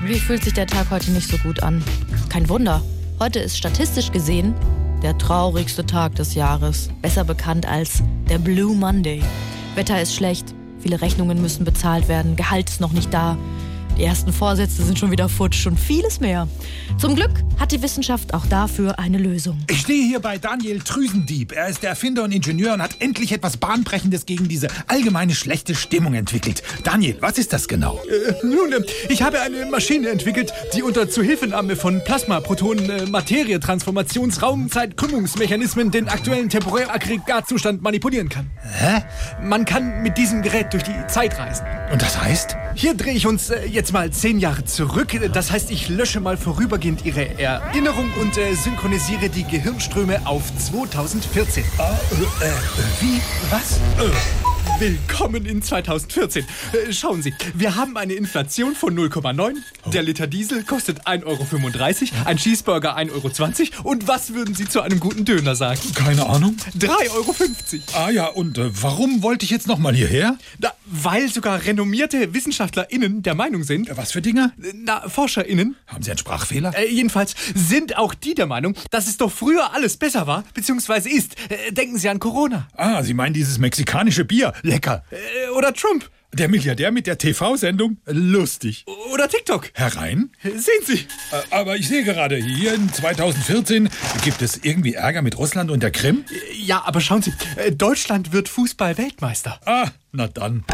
Irgendwie fühlt sich der Tag heute nicht so gut an. Kein Wunder. Heute ist statistisch gesehen der traurigste Tag des Jahres, besser bekannt als der Blue Monday. Wetter ist schlecht, viele Rechnungen müssen bezahlt werden, Gehalt ist noch nicht da, die ersten Vorsätze sind schon wieder futsch und vieles mehr. Zum Glück hat die Wissenschaft auch dafür eine Lösung. Ich stehe hier bei Daniel Trüsendieb. Er ist der Erfinder und Ingenieur und hat endlich etwas Bahnbrechendes gegen diese allgemeine schlechte Stimmung entwickelt. Daniel, was ist das genau? Äh, nun, äh, ich habe eine Maschine entwickelt, die unter Zuhilfenahme von Plasma, Protonen, äh, Materie, Transformations, Raumzeit, Krümmungsmechanismen den aktuellen temporären Aggregatzustand manipulieren kann. Hä? Man kann mit diesem Gerät durch die Zeit reisen. Und das heißt? Hier drehe ich uns äh, jetzt mal zehn Jahre zurück. Das heißt, ich lösche mal vorübergehend Ihre Erinnerung und äh, synchronisiere die Gehirnströme auf 2014. Äh, äh, wie? Was? Äh, Willkommen in 2014. Äh, Schauen Sie, wir haben eine Inflation von 0,9. Oh. Der Liter Diesel kostet 1,35 Euro, ein Cheeseburger 1,20 Euro. Und was würden Sie zu einem guten Döner sagen? Keine Ahnung. 3,50 Euro. Ah ja, und äh, warum wollte ich jetzt nochmal hierher? Na, weil sogar renommierte WissenschaftlerInnen der Meinung sind, Äh, Was für Dinge? na, ForscherInnen, Haben Sie einen Sprachfehler? äh, jedenfalls sind auch die der Meinung, dass es doch früher alles besser war, beziehungsweise ist. Äh, denken Sie an Corona Ah, Sie meinen dieses mexikanische Bier. Lecker. äh, oder Trump Der Milliardär mit der TV-Sendung? Lustig. oder TikTok. Herein? Äh, Sehen Sie, Äh, Aber ich sehe gerade, hier in 2014 gibt es irgendwie Ärger mit Russland und der Krim? Ja, aber schauen Sie, äh, Deutschland wird äh, Fußball-Weltmeister. Ah, na dann.